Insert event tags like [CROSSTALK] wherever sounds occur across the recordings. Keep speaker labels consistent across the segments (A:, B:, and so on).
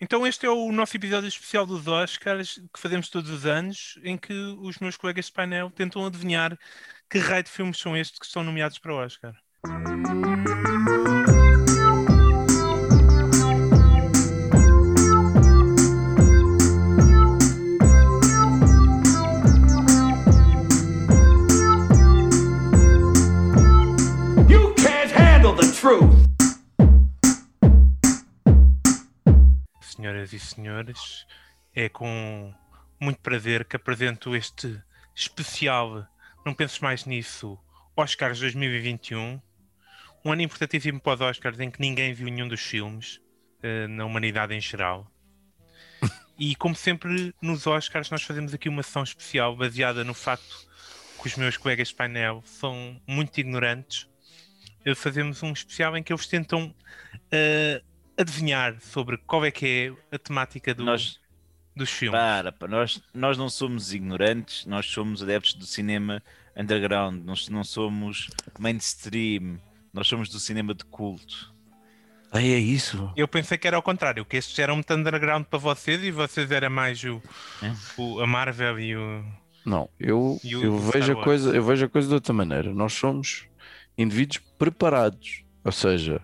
A: Então este é o nosso episódio especial dos Oscars que fazemos todos os anos, em que os meus colegas de painel tentam adivinhar que raio de filmes são estes que estão nomeados para o Oscar.
B: You can't handle the truth.
A: Senhoras e senhores, é com muito prazer que apresento este especial Não Penses Mais Nisso Oscars 2021. Um ano importantíssimo para os Oscars em que ninguém viu nenhum dos filmes, eh, na humanidade em geral. E como sempre nos Oscars, nós fazemos aqui uma sessão especial baseada no facto que os meus colegas de painel são muito ignorantes. Eh, Fazemos um especial em que eles tentam eh, adivinhar sobre qual é que é a temática do-
C: Nós,
A: dos filmes.
C: para, pá, nós, nós não somos ignorantes, nós somos adeptos do cinema underground, nós não somos mainstream, nós somos do cinema de culto. [LAUGHS]
D: Ai, é isso?
A: Eu pensei que era ao contrário, que estes eram muito underground para vocês e vocês era mais o, o- a Marvel e o.
D: Não, eu,
A: E o
D: eu,
A: Star
D: vejo a
A: Wars?
D: coisa, eu vejo a coisa de outra maneira. Nós somos indivíduos preparados, ou seja,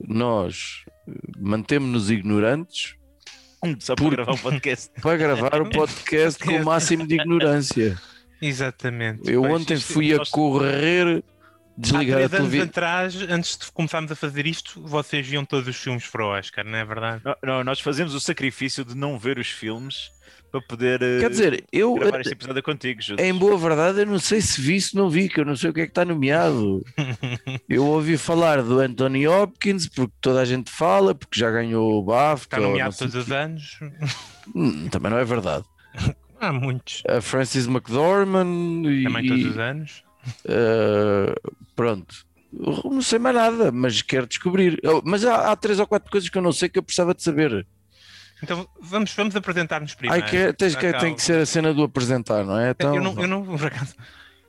D: nós eh, mantemos-nos ignorantes
C: Só para
D: Por-
C: gravar um podcast.
D: para
A: [LAUGHS]
D: gravar o podcast com o máximo de ignorância.
A: Exatamente.
D: Eu
A: Pois,
D: ontem
A: isto-
D: fui a
A: nós-
D: correr
A: Há
D: desligar a
A: três anos
D: televisão.
A: atrás, antes de começarmos a fazer isto, vocês viam todos os filmes para o Oscar, não é verdade?
C: [LAUGHS] Não, não, nós fazemos o sacrifício de não ver os filmes para poder eh,
D: Quer dizer, eu
C: gravar este episódio contigo, Judas.
D: em boa verdade eu não sei se vi, se não vi, que eu não sei o que é que está
A: [LAUGHS]
D: nomeado. Eu ouvi falar do Anthony Hopkins, porque toda a gente fala, porque já ganhou o BAFTA.
A: Está
D: ou
A: nomeado
D: não sei-
A: todos os anos.
D: Hum, também não é verdade.
A: Há muitos.
D: a Francis McDormand e,
A: Também todos os anos.
D: eh, pronto. Eu Não sei mais nada, mas quero descobrir. Oh, Mas há, há três ou quatro coisas que eu não sei que eu precisava de saber.
A: Então vamos, vamos apresentar-nos primeiro.
D: Ai, que, é, tens que-
A: Acaba.
D: tem que ser a cena do apresentar, não é? Então,
A: eu não, eu não, por acaso.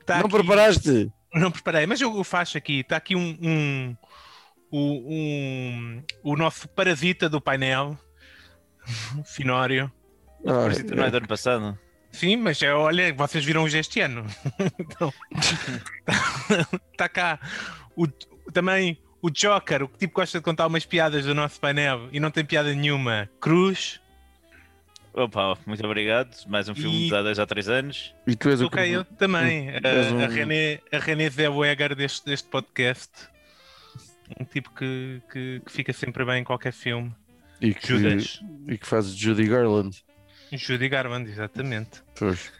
A: Está
D: não
A: aqui-
D: preparaste?
A: Não preparei, mas eu eu faço aqui. Está aqui um, um, o- um- o nosso parasita do painel, [LAUGHS] o Finório.
D: Ah,
C: Mas isso não é do ano passado.
A: Sim, mas é, olha, vocês viram os este ano. [LAUGHS] Está cá o, também o Joker, o que tipo que gosta de contar umas piadas do nosso painel e não tem piada nenhuma. Cruz.
C: Opa, muito obrigado. Mais um filme
A: E-
C: de há dois ou três anos.
D: e tu és o
A: Ok, eu
D: que...
A: também. A,
D: és um-
A: a René, a René Zellweger deste, deste podcast. Um tipo que, que, que fica sempre bem em qualquer filme.
D: E, que,
A: Judas.
D: e que fazes Judy Garland.
A: Judy Garland, exatamente.
D: Pois.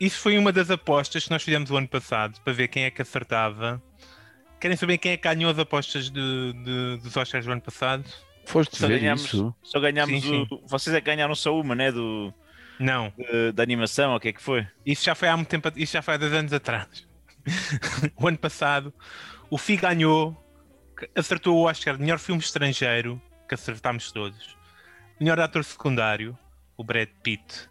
A: Isso foi uma das apostas que nós fizemos o ano passado para ver quem é que acertava. Querem saber quem é que ganhou as apostas de- de- dos Oscars do ano passado?
D: Foste
C: Só
D: ver
C: ganhámos-
D: isso?
C: Só ganhámos
A: Sim,
C: o. Vocês é que ganharam só uma, né? Do,
A: Não.
C: de- da animação, ou o que é que foi?
A: Isso já foi há muito tempo, isso já foi há 10 anos atrás. [LAUGHS] o ano passado, o Fi ganhou, que acertou o Oscar de melhor filme estrangeiro, que acertámos todos. Melhor ator secundário, o Brad Pitt.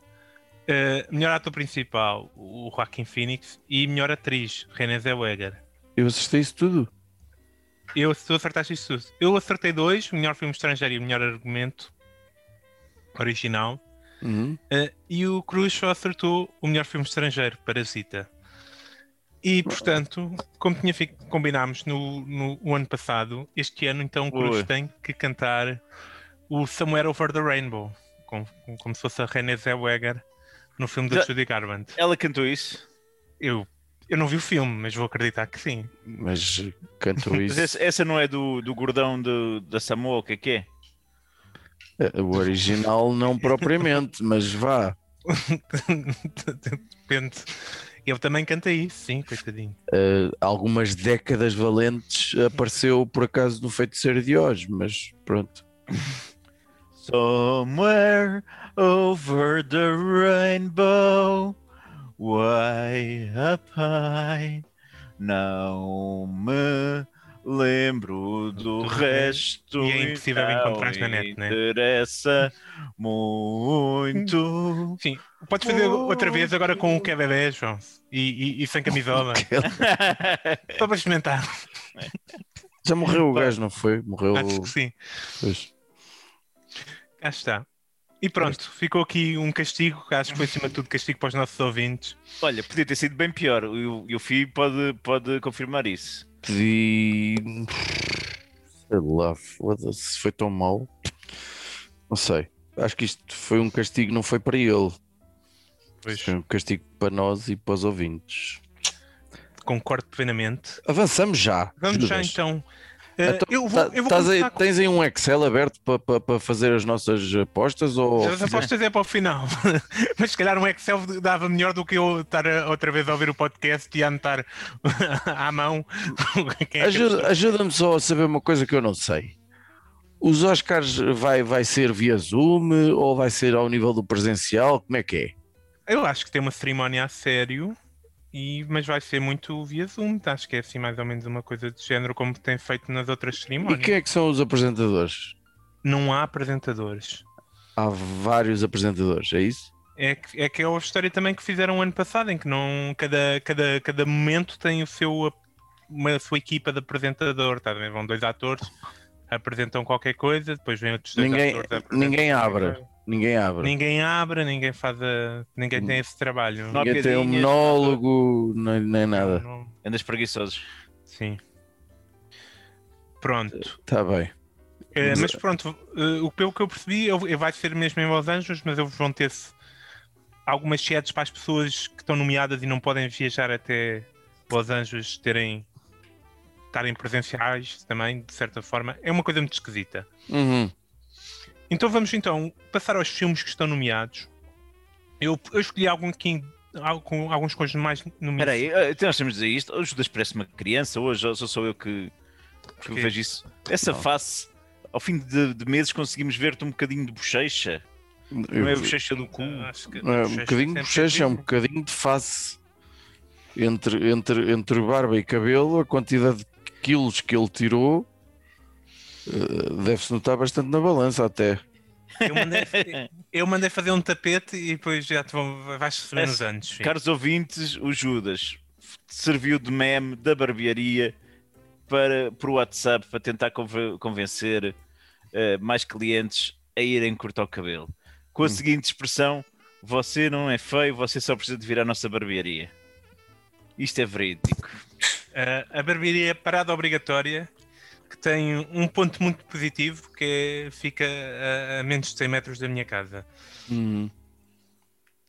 A: Eh, melhor ator principal, o Joaquin Phoenix. E melhor atriz, Renée Zellweger.
D: Eu assisti isso tudo.
A: Eu, tu acertaste isso tudo. Eu acertei dois: o melhor filme estrangeiro e o melhor argumento original.
D: Uhum.
A: Eh, e o Cruz só acertou o melhor filme estrangeiro, Parasita. E portanto, como tinha fi- combinámos no, no- o ano passado, este ano então o Cruz
C: Ui.
A: tem que cantar o Somewhere Over the Rainbow, com- com- como se fosse a Renée Zellweger no filme da
C: Já-
A: Judy Garland.
C: Ela cantou isso.
A: Eu, eu não vi o filme, mas vou acreditar que sim. [LAUGHS]
D: Mas cantou
C: Mas
D: isso.
C: essa, essa não é do, do gordão do- da Samoa, o que é que é?
D: Eh, O original não propriamente, mas vá.
A: Depende. Ele também canta isso, sim, coitadinho.
D: eh, algumas décadas valentes apareceu por acaso no feiticeiro de Oz, mas
A: [LAUGHS]
D: pronto.
C: Somewhere over the rainbow, way up high, não me lembro do
A: Do
C: resto.
A: E é impossível
C: não
A: encontrar na net, né?
C: Interessa
A: [LAUGHS]
C: muito.
A: Sim, podes fazer outra vez agora com o QBB, João, e, e- e sem
C: [LAUGHS]
A: camisola, só para experimentar.
D: Já morreu o gajo, não foi? Morreu.
A: Acho que sim.
D: pois.
A: Cá Ah, está. E pronto, ficou aqui um castigo, acho que foi acima de tudo castigo para os nossos ouvintes.
C: Olha, podia ter sido bem pior. E o, e o FI pode, pode confirmar isso.
D: Pedi. Sei lá, foda-se, foi tão mal. Não sei. Acho que isto foi um castigo, não foi para ele. Foi um castigo para nós e para os ouvintes.
A: Concordo plenamente.
D: Avançamos já.
A: Vamos já
D: Judas.
A: então. Eh,
D: Então,
A: eu vou,
D: Tá-
A: eu vou
D: tás aí-
A: começar com-
D: tens aí um Excel aberto para fazer as nossas apostas? Ou...
A: As apostas é para o final, [LAUGHS] mas se calhar um Excel dava melhor do que eu estar a- outra vez a ouvir o podcast e a anotar [LAUGHS] à mão. [LAUGHS] Quem é que
D: Ajuda- Ajuda-me só a saber uma coisa que eu não sei. Os Oscars vai, vai ser via Zoom ou vai ser ao nível do presencial? Como é que é?
A: Eu acho que tem uma cerimónia a sério, e, mas vai ser muito via Zoom. Acho que é assim mais ou menos uma coisa de género como tem feito nas outras
D: E
A: cerimónias.
D: quem é que são os apresentadores?
A: Não há apresentadores.
D: Há vários apresentadores, é isso?
A: É que, é que é a história também que fizeram ano passado, em que não, cada, cada, cada momento tem o seu, ap- uma a sua equipa de apresentador. Tá? a ver? Vão dois atores, apresentam qualquer coisa, depois vêm outros dois
D: Ninguém-
A: atores. apresentam
D: ninguém
A: qualquer
D: abre.
A: coisa.
D: Ninguém abre. Ninguém,
A: Ninguém abre, ninguém faz a- ninguém tem esse trabalho.
C: Não há
D: tem um
C: piadinhas,
D: monólogo, nem, nem nada.
A: Não-
C: Andas preguiçosos.
A: Sim. Pronto.
D: Está Tá bem.
A: Eh,
D: mas-
A: mas pronto, eh, o- pelo que eu percebi, eu, eu vai ser mesmo em Los Angeles, mas eles vão ter se- algumas sedes para as pessoas que estão nomeadas e não podem viajar até Los Angeles terem estarem presenciais também, de certa forma. É uma coisa muito esquisita.
D: Uhum.
A: Então vamos então passar aos filmes que estão nomeados. Eu, eu escolhi algum aqui, algum, alguns coisos mais
C: Espera
A: nomeados.
C: aí, eh, então nós temos de dizer isto. O Judas parece uma criança. Hoje só sou eu que, que
A: quê?
C: vejo isso. Essa face, ao fim de, de meses, conseguimos ver-te um bocadinho de bochecha. Não é a
D: Eu-
C: bochecha do cu.
A: Ah, Acho que-
D: É, um bocadinho de
A: sempre
D: bochecha, é um
A: tive.
D: bocadinho de face entre, entre, entre barba e cabelo. A quantidade de quilos que ele tirou eh, deve-se notar bastante na balança, até.
A: Eu mandei, eu mandei fazer um tapete e depois já te vão, vais receber nos
C: Esse-
A: anos. filho.
C: Caros ouvintes, o Judas serviu de meme da barbearia para, para o WhatsApp para tentar conve- convencer eh, mais clientes a irem cortar o cabelo. Com a seguinte expressão: Você não é feio, você só precisa de vir à nossa barbearia. Isto é verídico.
A: Ah, a barbearia é parada obrigatória, que tem um ponto muito positivo, que é, fica a, a menos de 100 metros da minha casa.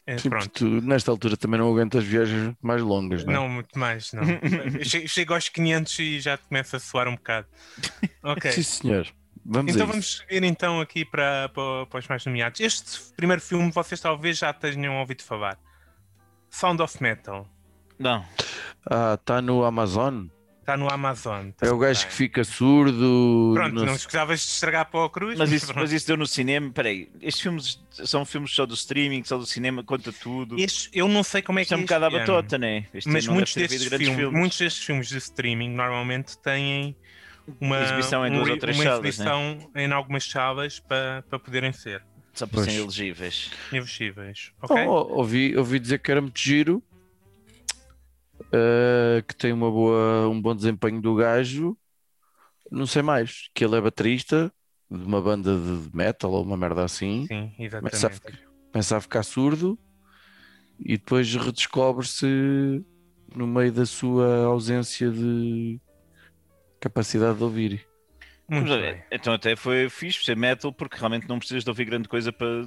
A: É,
D: Sim, porque
A: Uhum. pronto.
D: tu, nesta altura também não aguentas viagens mais longas, não é?
A: Não, muito mais,
D: [LAUGHS]
A: não. Eu che- Chego aos 500 e já começa a soar um bocado. Ok.
D: Sim, senhor. Vamos
A: Então
D: a isso.
A: vamos ir então aqui para, para, para os mais nomeados. Este primeiro filme vocês talvez já tenham ouvido falar. Sound of Metal.
C: Não,
D: Ah, está no Amazon?
A: Está Tá no Amazon.
D: É o gajo
A: Tá Bem.
D: que fica surdo.
A: Pronto,
D: não
A: não
D: sei-
A: escusavas de estragar para o Cruz.
C: mas isso,
A: pronto.
C: mas isso deu no cinema. Peraí, estes filmes são filmes só do streaming, só do cinema, conta tudo.
A: Este- eu não sei como é
C: Isto
A: que
C: é um bocado à
A: este ano,
C: batota, né?
A: Mas
C: Este ano não deve
A: muitos
C: ter havido
A: destes,
C: grandes
A: filmes, muitos destes filmes de streaming normalmente têm uma
C: Exibição em
A: um
C: duas
A: re-
C: ou três
A: uma
C: salas, né?
A: exibição em algumas salas para, para poderem ser
C: Só por serem
D: Pois.
C: elegíveis.
A: elegíveis. Ok?
D: Oh, oh, ouvi, ouvi dizer que era muito giro, ah, que tem uma boa, um bom desempenho do gajo. Não sei mais, que ele é baterista de uma banda de metal ou uma merda
C: oh.
D: assim.
A: Sim,
D: Começa a,
A: exatamente.
D: ficar, começa a ficar surdo e depois redescobre-se no meio da sua ausência de capacidade de ouvir.
A: Muito
C: Vamos lá ver.
A: bem.
C: Então até foi fixe ser metal porque realmente não precisas de ouvir grande coisa para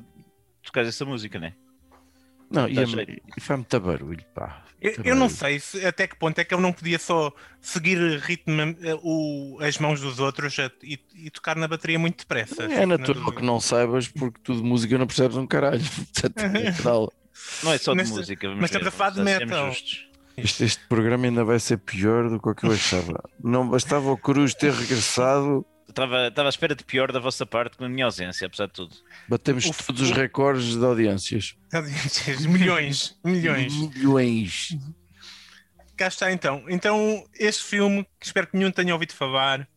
C: tocar essa música, né?
D: Não, e,
C: Tá
D: é-
C: jeito.
D: e faz muito barulho, pá.
A: Eu,
D: Muito
A: eu não
D: barulho.
A: sei se- até que ponto é que ele não podia só seguir ritmo, eh, o, as mãos dos outros a- e, e tocar na bateria muito depressa.
D: É natural que não saibas porque tu de música não percebes um caralho. [LAUGHS] Portanto, é natural.
C: Não é só de
A: Nesta-
C: música, vamos
A: mas
C: ver,
A: estamos a falar de
C: vamos ser
A: metal.
C: justos.
D: Este, este programa ainda vai ser pior do que o que eu achava. Não bastava o Cruz ter regressado,
C: Estava, estava à espera de pior da vossa parte com a minha ausência, apesar de tudo.
D: batemos
A: O f-
D: todos os recordes de audiências.
A: [LAUGHS] milhões, milhões.
D: Milhões.
A: Cá está então. Então, este filme, que espero que nenhum tenha ouvido falar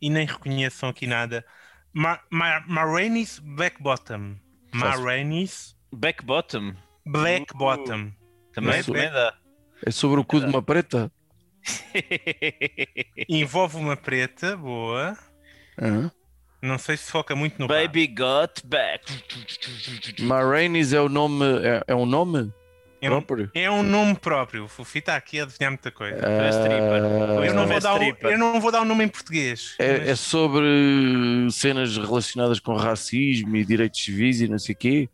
A: e nem reconheçam aqui nada. Ma Ma Marainis Black Bottom. Marainis
C: Back Bottom
A: Black Bottom.
D: Uh.
C: também,
D: Mas o-
C: também [LAUGHS] dá.
D: É sobre o cu de uma preta?
A: Envolve uma preta, boa.
D: Hã?
A: Não sei se foca muito no bar.
C: Baby Got Back.
D: Marrainis é o nome. É, é um nome?
A: É um,
D: Próprio?
A: é um nome próprio. O Fufi está aqui a desenhar muita coisa.
C: É stripper.
D: Ah,
A: eu, não vou dar um,
C: stripper.
A: eu não vou dar um nome em português. mas-
D: É, é sobre cenas relacionadas com racismo e direitos civis e não sei o quê.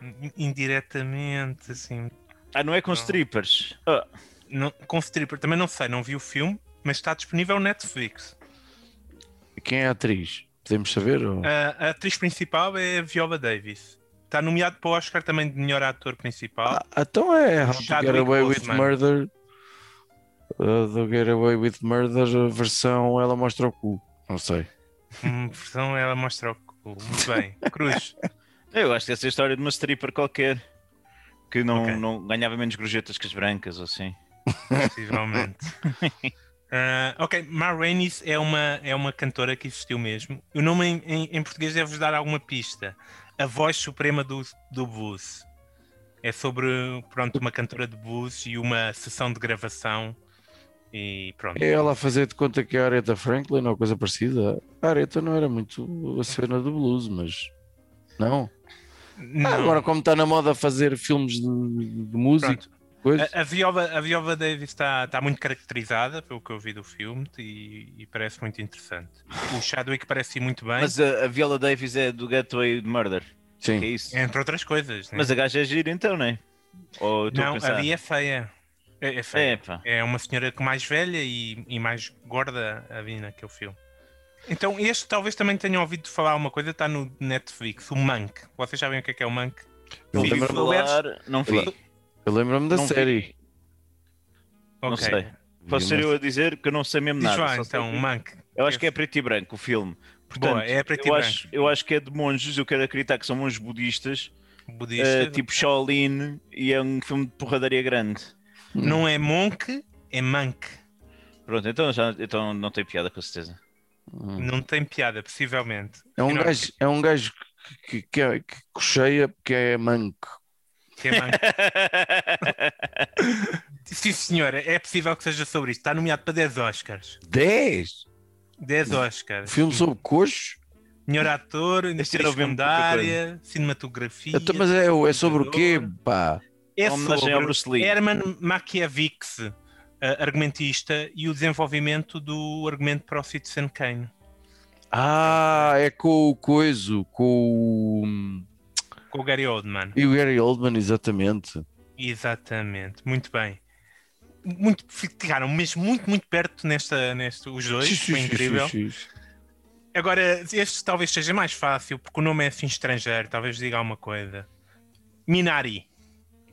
D: é-
A: In- Indiretamente, assim.
C: Ah, não é com
A: Não.
C: strippers. Ah,
A: Não, com stripper, também não sei, não vi o filme, mas está disponível no Netflix.
D: Quem é a atriz? Podemos saber? ou-
A: A, a atriz principal é Viola Davis. Está nomeado para o Oscar também de melhor ator principal.
D: Ah, então é How to Get
A: Chadwick
D: Away with
A: Boseman.
D: Murder. Uh, do Get Away with Murder, a versão ela mostra o cu. Não sei.
A: Hum, versão ela mostra o cu. Muito bem. Cruz.
C: eu acho que essa é a história de uma stripper qualquer que não,
A: Ok.
C: não ganhava menos gorjetas que as brancas ou assim.
A: Possivelmente. Ah, ok, Ma Rainey's é uma, é uma cantora que existiu mesmo. O nome em, em- em português deve-vos dar alguma pista. A voz suprema do, do blues. É sobre, pronto, uma cantora de blues e uma sessão de gravação. E pronto.
D: É ela a fazer de conta que é a Aretha Franklin ou coisa parecida. A Aretha não era muito a cena do blues, mas. Não.
A: Não.
D: Ah, agora, como está na moda fazer filmes de, de música,
C: É,
D: coisa.
A: A, a Viola, a Viola Davis está está muito caracterizada pelo que eu vi do filme e, e parece muito interessante. O Chadwick parece muito bem,
C: Mas a, a Viola Davis é do Gateway de Murder. Que é
D: Sim.
C: isso?
A: entre outras coisas. né?
C: Mas a gaja é gira então, não é? Ou eu estou a
A: Não,
C: pensar?
A: ali é feia. É, é
C: É,
A: feia.
C: pá.
A: É. uma senhora que mais velha e, e mais gorda a vir naquele filme. Então, este talvez também tenham ouvido falar uma coisa, está no Netflix, o Mank. Vocês sabem o que é que é o Mank?
D: Eu
C: Ouvi
D: lembro-
C: falar, não vi.
D: Ela- Eu lembro-me da
C: Não vi.
D: série.
C: Não
A: Ok.
C: sei. Posso ser eu a dizer que eu não sei mesmo
A: Diz
C: nada.
A: lá,
C: só sei
A: então,
C: que-
A: Mank.
C: Eu acho que é preto e branco o filme. Portanto,
A: Boa, é preto e
C: eu,
A: branco.
C: acho, eu acho que é de monges, eu quero acreditar que são monges budistas,
A: Budista. é?
C: eh, tipo Shaolin, e é um filme de porradaria grande.
A: Não é Monk, é Mank.
C: Pronto, então, já, então não tem piada, com certeza. Hum.
A: Não tem piada, possivelmente.
D: É um
A: Não,
D: gajo, é um gajo que, que, que, é- que cocheia porque é manco.
A: que é
C: [LAUGHS]
A: Mank. Sim, senhora, é possível que seja sobre isto. Está nomeado para 10 Oscars.
D: 10?
A: 10
C: Hum. É,
A: Oscars.
D: Filme sobre coxo?
A: Melhor ator,
C: Este
A: indústria
C: era o mesmo que outra
A: secundária, cinematografia.
D: Então, mas é, é sobre o quê, pá?
A: é
C: Homenagem ao Bruce Lee.
A: Herman Mankiewicz, uh, argumentista, e o desenvolvimento do argumento para o Citizen Kane.
D: Ah, é com o Coiso, com o.
A: Com o Gary Oldman.
D: E o Gary Oldman, exatamente.
A: Exatamente, muito bem. Muito, ficaram mesmo muito, muito perto nesta, neste, os dois.
D: Sim, sim,
A: Foi
D: sim,
A: incrível.
D: sim, sim.
A: Agora, este talvez seja mais fácil, porque o nome é assim estrangeiro, talvez diga alguma coisa. Minari.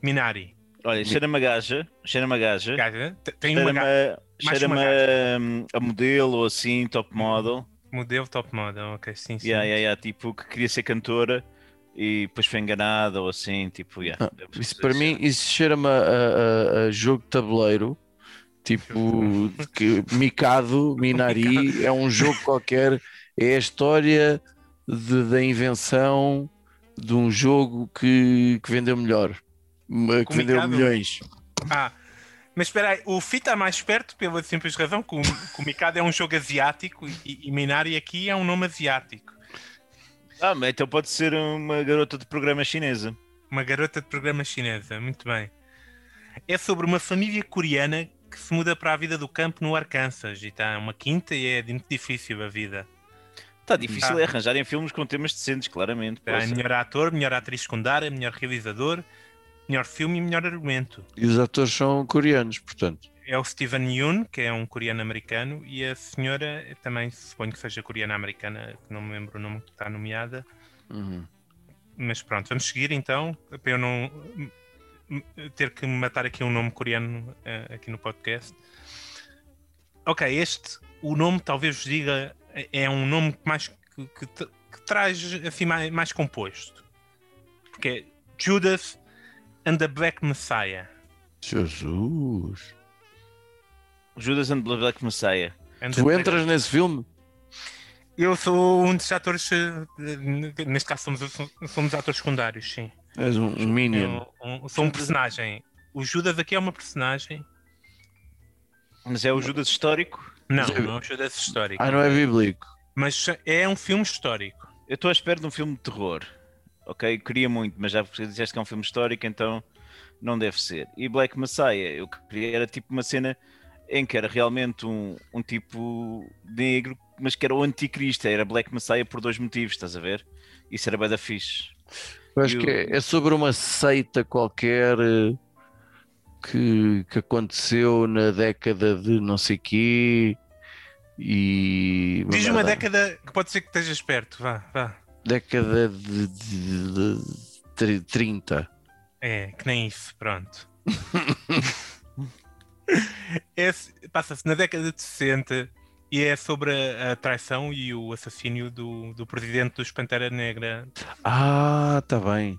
A: Minari.
C: Olha, cheira-me a gaja, cheira-me a gaja,
A: Gaja, te- Tem uma
C: cheira-me
A: gaja.
C: a,
A: mais uma
C: cheira-me a, hum, a modelo ou assim, top model,
A: Modelo top model, ok, sim, sim.
C: yeah, yeah, yeah, tipo que queria ser cantora e depois foi enganada ou assim, tipo, yeah. assim.
D: Ah, Isso para mim, isso cheira-me a, a- a- a jogo de tabuleiro,
A: [LAUGHS]
D: tipo que, Mikado, Minari, é um jogo qualquer, é a história de- da invenção de um jogo que, que vendeu melhor, que
A: Com
D: vendeu
A: Mikado?
D: milhões.
A: Ah, mas espera aí, o Fi está mais perto pela simples razão que o, que o Mikado é um jogo asiático e, e Minari aqui é um nome asiático.
C: Ah, mas então pode ser uma garota de programa chinesa.
A: Uma garota de programa chinesa, muito bem. É sobre uma família coreana que se muda para a vida do campo no Arkansas e está uma quinta e é muito difícil a vida.
C: Está difícil
A: Tá.
C: é arranjarem filmes com temas decentes, claramente.
A: Tá,
C: poça.
A: melhor ator, melhor atriz secundária, melhor realizador, melhor filme e melhor argumento.
D: E os atores são coreanos, portanto.
A: É o Steven Yeun, que é um coreano-americano, e a senhora eh, também suponho que seja coreana-americana, que não me lembro o nome que está nomeada.
D: Uhum.
A: Mas pronto, vamos seguir então, para eu não m- m- ter que matar aqui um nome coreano eh, aqui no podcast. Ok, este, o nome talvez vos diga, eh, é um nome que mais que, que tra- que traz assim mais, mais composto. Porque é Judas and the Black Messiah.
D: Jesus!
C: Judas and the Black Messiah.
A: And the
D: Tu
A: Black-
D: entras nesse filme?
A: Eu sou um dos atores, eh, n- neste caso somos, somos atores secundários, sim.
D: És um, um Minion.
A: Eu, um- sou um personagem. O Judas aqui é uma personagem.
C: Mas é o Judas histórico?
A: Não, não é o Judas histórico.
D: Ah, não é bíblico.
A: Mas é um filme histórico.
C: Eu estou à espera de um filme de terror. Ok? Queria muito, mas já disseste que é um filme histórico, então não deve ser. E Black Messiah, eu queria era tipo uma cena em que era realmente um, um tipo negro, mas que era o anticristo, era Black Messiah por dois motivos, estás a ver? Isso era bem da fixe.
D: Eu acho que é, é sobre uma seita qualquer eh, que, que aconteceu na década de não sei quê e...
A: Diz uma
D: Nada.
A: década que pode ser que estejas perto, vá, vá.
D: Década de, de, de tri- 30.
A: É, que nem isso,
D: [LAUGHS]
A: pronto. Esse- Passa-se na década de 60 e é sobre a, a traição e o assassínio do, do presidente dos Pantera Negra.
D: Ah, tá bem,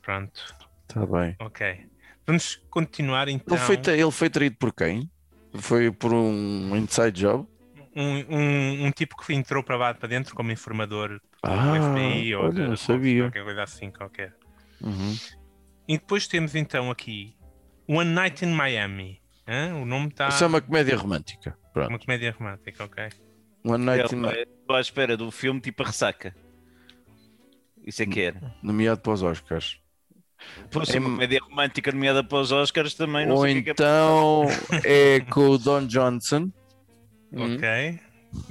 A: Pronto,
D: tá bem.
A: ok. Vamos continuar então.
D: Ele, foi, tra- ele foi traído por quem? Foi por um inside job?
A: um, um, um tipo que entrou para lá para dentro como informador
D: Ah,
A: do FBI ou
D: olha,
A: da-
D: não sabia.
A: qualquer coisa assim qualquer.
D: Uhum.
A: E depois temos então aqui One Night in Miami. Hã? O nome está.
D: Isso é uma comédia romântica. Pronto.
A: Uma comédia romântica, ok.
D: One Night in
C: Eu- eu Estou à espera do filme tipo a ressaca. Isso é que era.
D: nomeado para os Oscars.
C: Fosse uma comédia romântica nomeada para os Oscars também, não
D: Ou
C: sei o que é que é.
D: então é com o Don Johnson. hum,
C: é
A: Ok.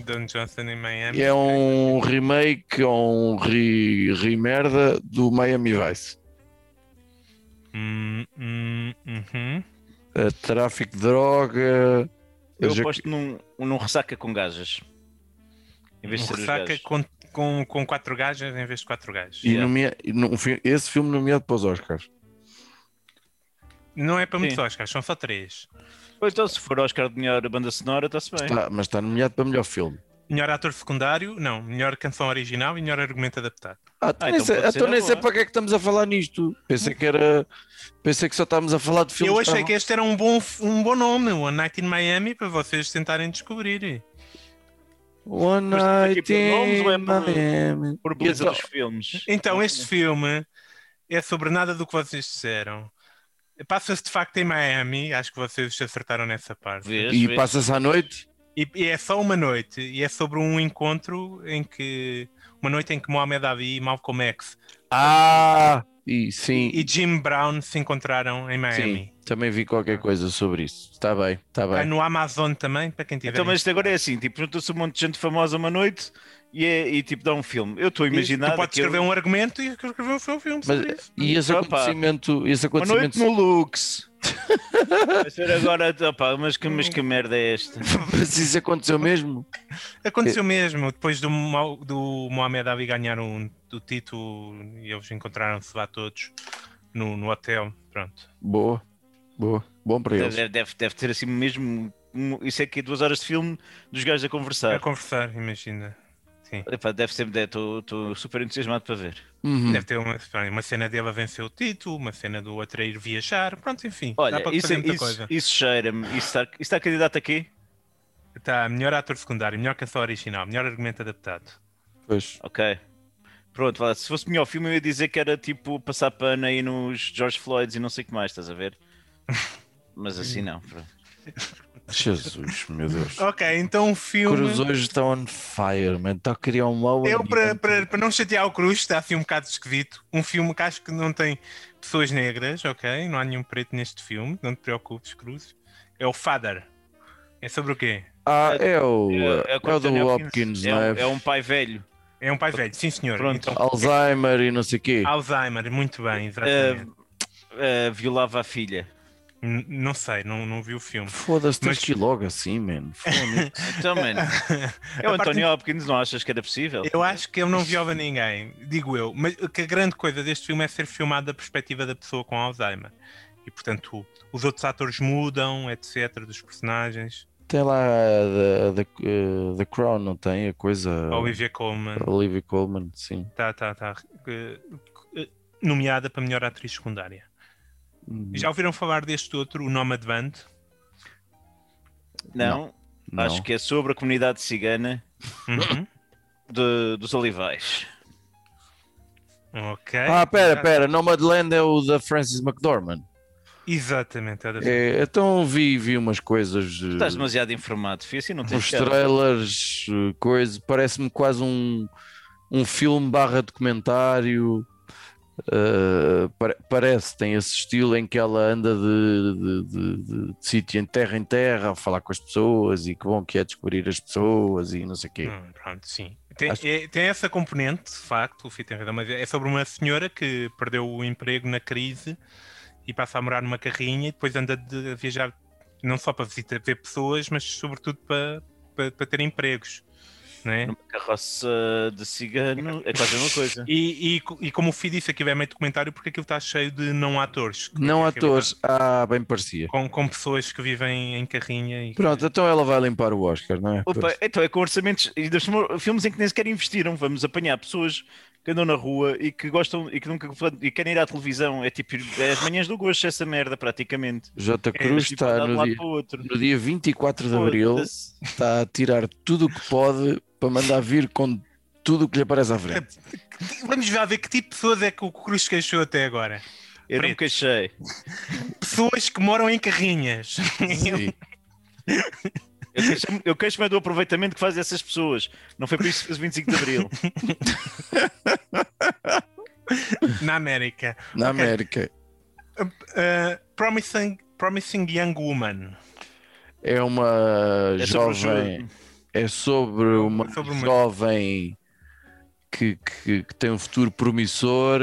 A: Don Johnson em Miami.
D: Uhum. É um
C: assim.
D: remake ou um re- remerda do Miami Vice.
A: Hum, hum, uhum.
D: Uh, tráfico de droga.
C: Eu
D: já-
C: aposto num, num ressaca com gajas. Em vez
A: Um
C: de ser os
A: ressaca
C: gajos.
A: com, com, com quatro gajas em vez de quatro gajos.
C: é.
D: E nomea- e num fi- esse filme nomeado para os Oscars.
A: Não é para muitos
C: Sim.
A: Oscars, são só três.
C: Ou então, se for Oscar de melhor banda sonora, está-se bem.
D: Tá, mas está nomeado para melhor filme.
A: Melhor ator secundário, não. Melhor canção original e melhor argumento adaptado.
D: Ah, então
C: Ah,
D: nem
C: então
D: sei,
C: pode ser
D: então
C: na
D: nem sei
C: boa.
D: para que é que estamos a falar nisto. Pensei que era. Pensei que só estávamos a falar de filmes.
A: Eu achei
D: Ah,
A: que este era um bom, um bom nome, One Night in Miami, para vocês tentarem descobrir.
D: One
C: Mas estamos aqui
D: Night
C: por nomes
D: in
C: ou é por-
D: Miami.
C: Por beleza
D: Então-
C: dos filmes.
A: Então, este filme é sobre nada do que vocês disseram. Passa-se de facto em Miami, acho que vocês acertaram nessa parte.
C: Vês,
D: E
C: vês?
D: passa-se à noite.
A: E, e é só uma noite, e é sobre um encontro em que. Uma noite em que Mohamed Ali, Malcolm X
D: Ah! E sim.
A: e Jim Brown se encontraram em Miami.
D: Sim, também vi qualquer coisa sobre isso. Está bem, está
A: Está
D: bem.
A: no Amazon também, para quem tiver.
C: Então, mas isto agora é assim: tipo, junta-se um monte de gente famosa uma noite e, é- e, tipo dá um filme. Eu estou a imaginar.
A: Tu podes
C: aquele-
A: escrever um argumento e escrever o seu filme. sobre
D: Mas,
A: isso.
D: e esse
C: Opa.
D: acontecimento, esse
C: Uma
D: acontecimento
C: noite no Lux.
A: um-
C: Vai ser agora, opá, mas que, mas que merda é esta?
D: mas isso aconteceu mesmo?
A: Aconteceu mesmo, depois do, Mo- do Mohamed Ali ganhar um, o título e eles encontraram-se lá todos no, no hotel. Pronto.
D: Boa, boa, bom para eles.
C: Deve, deve, deve ter assim mesmo. um- Isso é que é duas horas de filme dos gajos a
A: A
C: conversar.
A: conversar, imagina. Sim.
C: Epá, deve ser. é, Estou super entusiasmado para ver.
D: Uhum.
A: Deve ter uma, uma cena dele a vencer o título, uma cena do outro a ir viajar, pronto, enfim. dá
C: Olha,
A: para
C: isso, é,
A: fazer muita
C: isso,
A: coisa.
C: isso cheira-me. Isso está, isso está candidato aqui?
A: Está Tá, melhor ator secundário, melhor canção original, melhor argumento adaptado.
D: Pois.
C: Ok. Pronto, vá lá. se fosse melhor filme eu ia dizer que era tipo passar pano aí nos George Floyds e não sei o que mais, estás
A: [LAUGHS]
C: a ver? Mas assim não. pronto.
D: Jesus, meu Deus.
A: Ok, então o filme.
D: Cruz hoje está on fire, man. Está a criar um mau
A: Eu, para,
C: então.
D: ambiente.
A: para, para não chatear o Cruz, está assim um bocado esquisito. Um filme que acho que não tem pessoas negras, ok? Não há nenhum preto neste filme, não te preocupes, Cruz. É o Father. É sobre o quê?
D: Ah, é o,
C: É-
D: é,
C: é com
D: o
C: Anthony
D: do Hopkins,
C: É
D: não é?
C: um, é um pai velho.
A: É um pai velho, sim senhor.
C: Pronto. Ah,
A: Então,
D: Alzheimer e não sei o quê.
A: Alzheimer, muito bem, exatamente.
C: Uh, uh, violava a filha. Eh,
A: N- Não sei, não, não vi o filme.
D: Foda-se, tens
A: Mas-
D: que ir logo assim,
C: [LAUGHS]
D: man. Foda-se.
C: Então,
D: [LAUGHS]
C: mano, é o
A: A parte-
C: António Hopkins, não achas que era possível?
A: Eu acho que ele não viola ninguém, digo eu. Mas que a grande coisa deste filme é ser filmado da perspectiva da pessoa com Alzheimer. E portanto, os outros atores mudam, etc., dos personagens.
D: tem lá a The, eh, the, the Crown, não tem? A coisa.
A: A Olivia Colman
D: Olivia Colman, sim.
A: tá, tá, tá, eh, eh, nomeada para melhor atriz secundária.
D: Hum,
A: Já ouviram falar deste outro, o Nomad Band?
C: não,
D: não.
C: acho que é sobre a comunidade cigana
A: Uhum.
C: de- dos olivais.
A: ok.
D: é Ah, pera, pera, Nomadland é o da Francis McDormand.
A: Exatamente, é o da
D: É, então vi, vi umas coisas.
C: Tu estás demasiado informado, filho, assim não tens
D: Os
C: cara.
D: trailers, eh, coisa, parece-me quase um, um filme barra documentário. eh, pare- parece, tem esse estilo em que ela anda de, de- de- de- de sítio em terra em terra a falar com as pessoas e que bom que é descobrir as pessoas e não sei o quê.
A: Hum, pronto, sim. Tem,
D: Acho-
A: é- tem essa componente, de facto, o Fih tem razão, mas é sobre uma senhora que perdeu o emprego na crise e passa a morar numa carrinha e depois anda de, a viajar não só para visitar, ver pessoas, mas sobretudo para, para, para ter empregos. não é?
C: Numa carroça de cigano é quase a mesma coisa.
A: E, e co- e como o Fih disse, aquilo é meio documentário porque aquilo está cheio de não atores. que
D: Não
A: é
D: atores, ah, bem parecia.
A: Com, com pessoas que vivem em carrinha e
D: Pronto, então ela vai limpar o Oscar, não é?
C: Opa, então é com orçamentos e dos mo- filmes em que nem sequer investiram. Vamos apanhar pessoas que andam na rua e que gostam e que nunca e querem ir à televisão. É tipo é as manhãs do gosto, essa merda, praticamente.
D: J.
A: é,
D: Cruz
C: Mas, tipo,
D: está
C: andar de um
D: no
C: lado
D: dia,
C: para o outro.
D: no dia 24 de abril,
C: Foda-se.
D: está a tirar tudo o que pode para mandar vir com tudo o que lhe aparece à frente.
A: Vamos já ver que tipo de pessoas é que o Cruz queixou até agora.
C: Eu não me
A: Pretos.
C: queixei.
A: Pessoas que moram em carrinhas.
C: É
D: Sim.
C: Eu queixo-me- Eu queixo-me é do aproveitamento que fazem essas pessoas. Não foi por isso que fez o 25 de abril.
A: [LAUGHS] na América.
D: Na América.
A: Uh, Promising, Promising Young Woman.
D: É uma
C: É sobre o
D: jovem.
C: jogo.
D: É sobre uma
A: Sobre uma-
D: jovem que, que- que tem um futuro promissor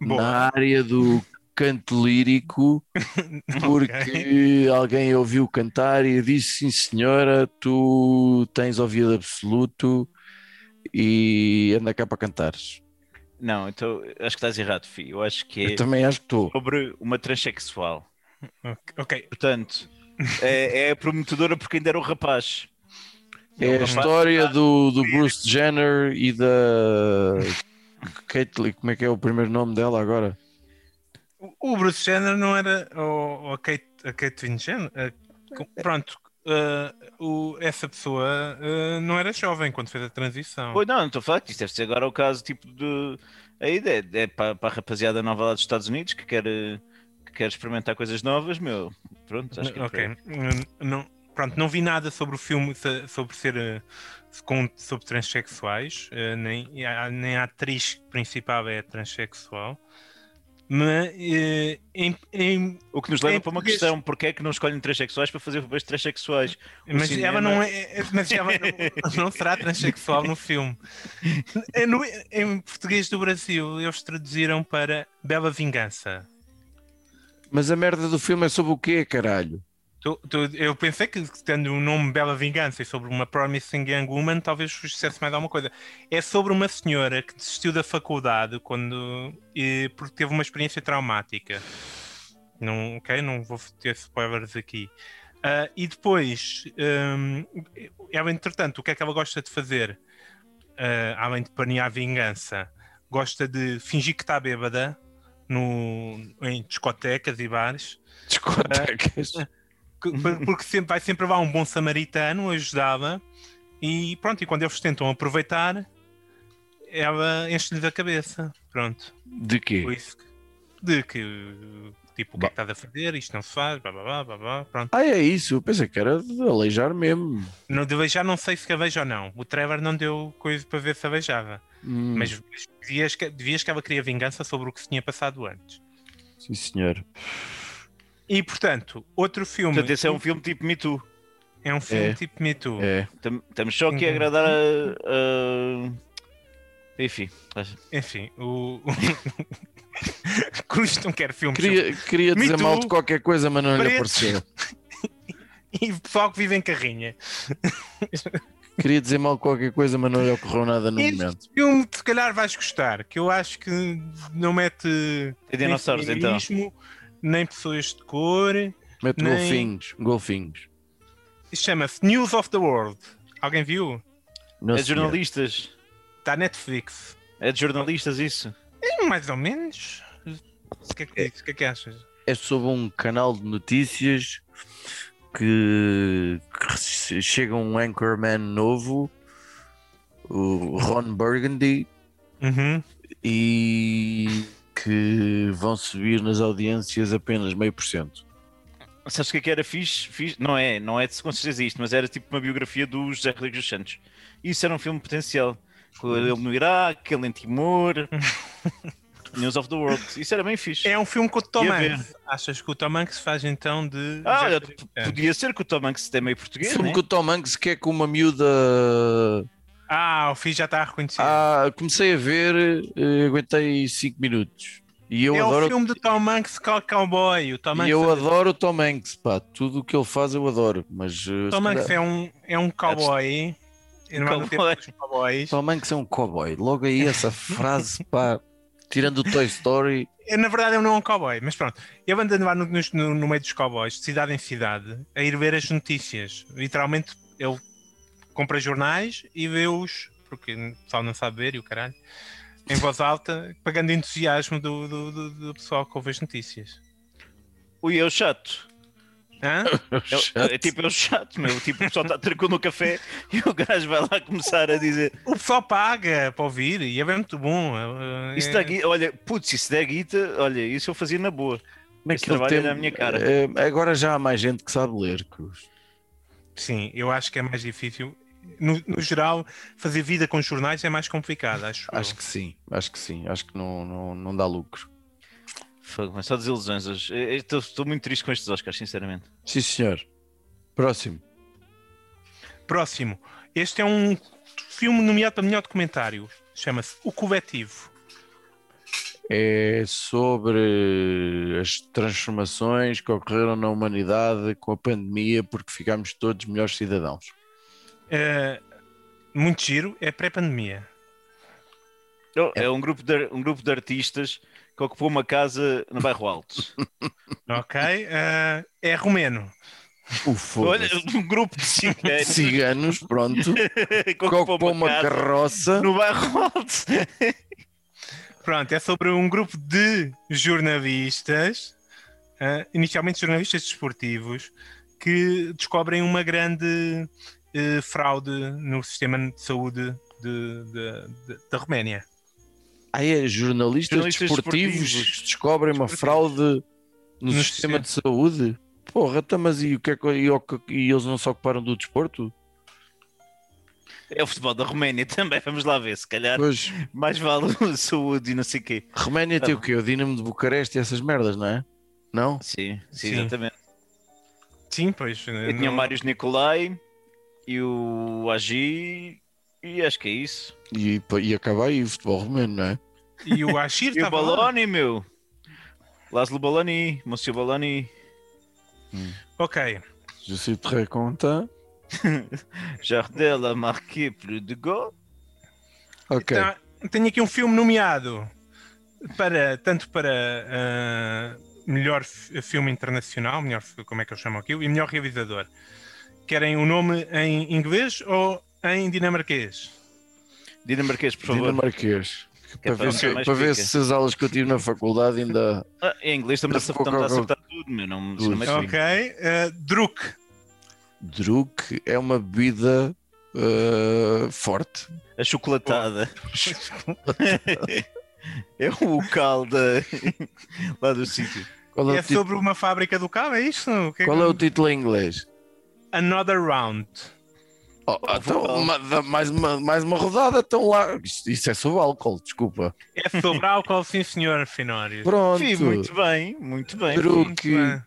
A: Boa.
D: na área do
A: [LAUGHS]
D: canto lírico, porque alguém a ouviu cantar e disse: Sim, senhora, tu tens ouvido absoluto e anda cá para cantares.
C: [LAUGHS] Não, então acho que estás errado, filho. Eu acho que é
D: Eu também acho que estou.
C: sobre uma transexual.
A: Ok.
C: Portanto, é, é prometedora porque ainda era o rapaz. um
D: É a
C: rapaz
D: história do, do Bruce Jenner e da. Caitlyn, como é que é o primeiro nome dela agora?
A: O- O Bruce Jenner não era. Ou ou a Kate, a Kate Jenner? uh, com- pronto. uh, o- essa pessoa uh, não era jovem quando fez a transição.
C: Pois não, não estou a falar que isto deve ser agora o caso tipo de. Aí é, é para, para a rapaziada nova lá dos Estados Unidos que quer, eh, que quer experimentar coisas novas, meu. Pronto, acho que é por
A: ok.
C: aí.
A: Hum, Não, pronto, não vi nada sobre o filme, se- sobre ser eh, com- sobre transexuais, eh, nem, e a- nem a atriz principal é transexual. Mas eh, em- em-
C: O que nos leva
A: Em
C: para uma
A: português-
C: questão: porque é que não escolhem transexuais para fazer papéis de transexuais? O
A: mas
C: cinema-
A: ela não é. é- Mas ela
C: [LAUGHS]
A: não, não será transexual no filme. É no- em português do Brasil, eles traduziram para Bela Vingança.
D: Mas a merda do filme é sobre o quê, caralho? [LAUGHS]
A: Tu- tu- eu pensei que tendo o nome Bela Vingança e sobre uma Promising Young Woman, talvez dissesse mais alguma coisa. É sobre uma senhora que desistiu da faculdade quando e, porque teve uma experiência traumática. Não, ok, não vou ter spoilers aqui. Ah, e depois, hum, ela, entretanto, o que é que ela gosta de fazer? Ah, além de planear vingança, gosta de fingir que está bêbada no, em discotecas e bares É.
D: Discotecas.
C: [LAUGHS]
A: que- por- porque sempre, vai sempre lá um bom samaritano ajudá-la e pronto, e quando eles tentam aproveitar, ela enche-lhes a cabeça. Pronto,
D: De
A: foi
D: quê?
A: isso que- de que tipo, o que é que estás a fazer? Isto não se faz, blá blá blá blá blá. Pronto.
D: Ah, é isso. Eu pensei que era de aleijar mesmo.
A: Não, de beijar, não sei se a beija ou não. O Trevor não deu coisa para ver se a beijava,
D: Hum,
A: mas devias que, devias que ela queria vingança sobre o que se tinha passado antes.
D: Sim, senhor.
A: E portanto, outro filme
C: Portanto, esse é um filme tipo Me Too.
A: é um filme
D: É.
A: tipo Me Too.
D: É.
C: Tam- Estamos só aqui a
A: Uhum.
C: agradar a. a- Enfim, acho-
A: Enfim, o. [LAUGHS] o- Cruz não quer filmes.
D: um Queria, queria
A: Me
D: dizer mal
A: too.
D: de qualquer coisa, mas não lhe
A: Pretos.
D: apareceu.
A: E o pessoal que vive em carrinha.
D: Queria dizer mal de qualquer coisa, mas não lhe ocorreu nada no
A: Este
D: momento.
A: filme, se calhar, vais gostar. Que eu acho que não mete.
C: tem
A: nem
C: dinossauros então.
A: feminismo, Nem pessoas de cor.
D: Mete
A: Nem-
D: golfinhos. Golfinhos.
A: Chama-se News of the World. Alguém viu?
D: Não,
C: É de
D: senhor.
C: jornalistas.
A: Está Netflix.
C: É de jornalistas isso.
A: É mais ou menos. O que é que, dizes? O que, é que achas?
D: é sobre um canal de notícias que, que se- chega um anchorman novo, o Ron Burgundy,
A: Uhum.
D: e que que vão subir nas audiências apenas meio por cento.
C: Sabes o que é que era fixe? Fixe- Não é, não é de com certeza isto, mas era tipo uma biografia do José Rodrigues dos Santos. Isso era um filme potencial. Com Ele no Iraque, ele em Timor, [LAUGHS] News of the World. Isso era bem fixe.
A: É um filme com o Tom
C: Ia
A: Hanks. Achas que o Tom Hanks faz então de.
C: Ah, olha,
A: Jeffrey
C: p-
A: Dahmer?
C: podia ser que o Tom Hanks também é português,
D: Filme
C: né?
D: que o Tom Hanks quer com uma miúda.
A: Ah, o filho já está a reconhecer.
D: Ah, comecei a ver, eh, aguentei 5 minutos. E eu
A: é
D: adoro.
A: o filme do Tom Hanks com o cowboy. O Tom Hanks,
D: E eu adoro o Tom Hanks, pá, tudo o que ele faz eu adoro, mas eh,
A: o Tom
D: se
A: Hanks
D: calhar-
A: é um, é um cowboy. E não há no tempo
C: Cowboy.
A: dos cowboys.
D: Tom Hanks é um cowboy, logo aí
A: [LAUGHS]
D: essa frase, pá, tirando o Toy Story,
A: Eu, na verdade, eu não é um cowboy, mas pronto. Eu ando a andar no, nos- no- no meio dos cowboys, de cidade em cidade, a ir ver as notícias. Literalmente, eu compro jornais e vê-os, porque o pessoal não sabe ver e o caralho, em voz alta, pagando entusiasmo do, do, do- do pessoal que ouve as notícias.
C: Ui, é o chato.
D: [LAUGHS]
A: Hã?
C: É, o- é tipo, é o chato, meu. Tipo, o pessoal está tranquilo no café [LAUGHS] e o gajo vai lá começar a dizer
A: O pessoal paga para ouvir e é bem muito bom. É-
C: isso
A: é-
C: dá guita, olha, putz, isso der guita, olha, isso eu fazia na boa.
D: como é
C: Esse
D: que ele
C: trabalho
D: tem...
C: era a minha cara.
D: Eh, agora já há mais gente que sabe ler, cruz.
A: Sim, eu acho que é mais difícil. No, no geral, fazer vida com jornais é mais complicado, acho. eu.
D: Acho que sim, acho que sim, acho que não, não, não dá lucro.
C: Fogo, mas só desilusões hoje. Eu- eu Estou estou muito triste com estes Oscars, sinceramente.
D: Sim, senhor. Próximo.
A: Próximo. Este é um filme nomeado para melhor documentário. Chama-se O Coletivo.
D: É sobre as transformações que ocorreram na humanidade com a pandemia, porque ficámos todos melhores cidadãos.
A: Eh, muito giro, é pré-pandemia.
C: Oh, É um grupo, de, ar- um grupo de artistas que ocupou uma casa no bairro Alto.
A: Ok?
D: [LAUGHS]
A: Eh, é romeno.
D: Ufa.
C: Olha, [LAUGHS] um grupo de [LAUGHS] ciganos [LAUGHS]
D: Ciganos, pronto.
C: que
D: Cocou uma carroça.
C: no bairro Alto.
A: Pronto, é sobre um grupo de jornalistas, eh, inicialmente jornalistas desportivos, que descobrem uma grande eh, fraude no sistema de saúde de- de- de- da Roménia.
D: Ah, é, jornalistas,
C: Jornalistas
D: desportivos
C: desportivos.
D: descobrem uma fraude no,
A: No
D: sistema de saúde. Porra, então, mas e, o que é que, e, o que- e eles não se ocuparam do desporto?
C: É o futebol da Roménia também, vamos lá ver, se calhar
D: Pois,
C: mais vale o [LAUGHS] saúde e não sei o quê.
D: Roménia tem o quê? O Dinamo de Bucareste e essas merdas, não é? Não?
C: Sim, sim,
A: Sim.
C: exatamente.
A: Sim, pois. eh,
C: Eu tinha o Marius Nicolai e o Agi e acho que é isso.
D: E, pa- e acaba aí o futebol romeno, não é?
A: E o Ashir
C: [LAUGHS] E o
A: estava lá.
C: Baloni, meu. Laszlo Baloni, Monsieur Baloni.
A: Ok.
D: Je suis très content.
C: Jardel a marqué plus de gol.
D: Ok.
A: Então, tenho aqui um filme nomeado para tanto para ah, melhor f- filme internacional, melhor f- como é que eu chamo aquilo, e melhor realizador. Querem o nome em inglês ou em dinamarquês?
C: Dinamarquês, por favor.
D: Dinamarquês.
C: Que é
D: Para
C: para
D: ver, se,
C: nunca mais
D: para ver
C: pica.
D: se as aulas que eu tive na faculdade ainda.
C: Ah, em inglês estamos a acertar,
D: Coca-Cola.
C: estamos a acertar tudo, meu. Não, isso não é
A: Ok. ah, Druk.
D: Druk é uma bebida ah, forte.
C: A chocolatada. [LAUGHS] é o calda [LAUGHS] lá do sítio.
D: Qual é,
A: É
D: o, ti-
A: sobre uma fábrica do carro, é isso? O que é
D: qual é
A: que- é?
D: o título em inglês?
A: Another Round.
D: Oh, então,
C: vou-
D: ma- da- mais, uma, mais uma rodada, então lá. Isto, isto é sobre álcool, desculpa.
A: É
D: [LAUGHS]
A: sobre álcool, sim senhor, Finório.
D: Pronto.
C: Sim, muito bem, muito bem.
D: Druk.
A: Muito bem.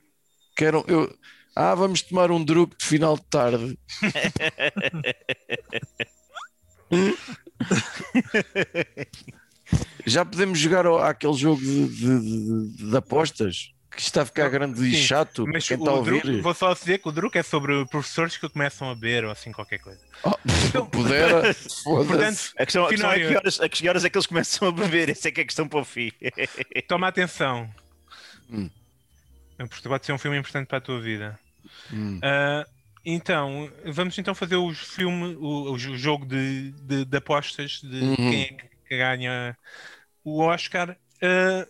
D: Quero, eu... Ah, vamos tomar um druk de final de
A: [LAUGHS]
D: tarde. Já podemos jogar ao, àquele jogo de, de- de- de apostas que isto está a ficar grande e
A: Sim,
D: chato.
A: Mas
D: quem tá
A: o
D: está a ouvir?
A: Druk, vou só dizer que o Druk é sobre professores que começam a beber ou assim qualquer coisa.
D: Oh,
A: [LAUGHS] Então-
D: pudera,
A: Portanto,
D: foda-se.
C: A questão, a questão é
A: Finório.
C: que horas, a que horas é que eles começam a beber, essa é que é a questão para
A: [LAUGHS]
C: o fim.
A: Toma atenção.
D: Hum.
A: Porque pode ser um filme importante para a tua vida.
D: Hum.
A: Ah, então, vamos então fazer o filme, o, o jogo de, de- de apostas de
D: Uhum.
A: quem é que ganha o Oscar. Ah,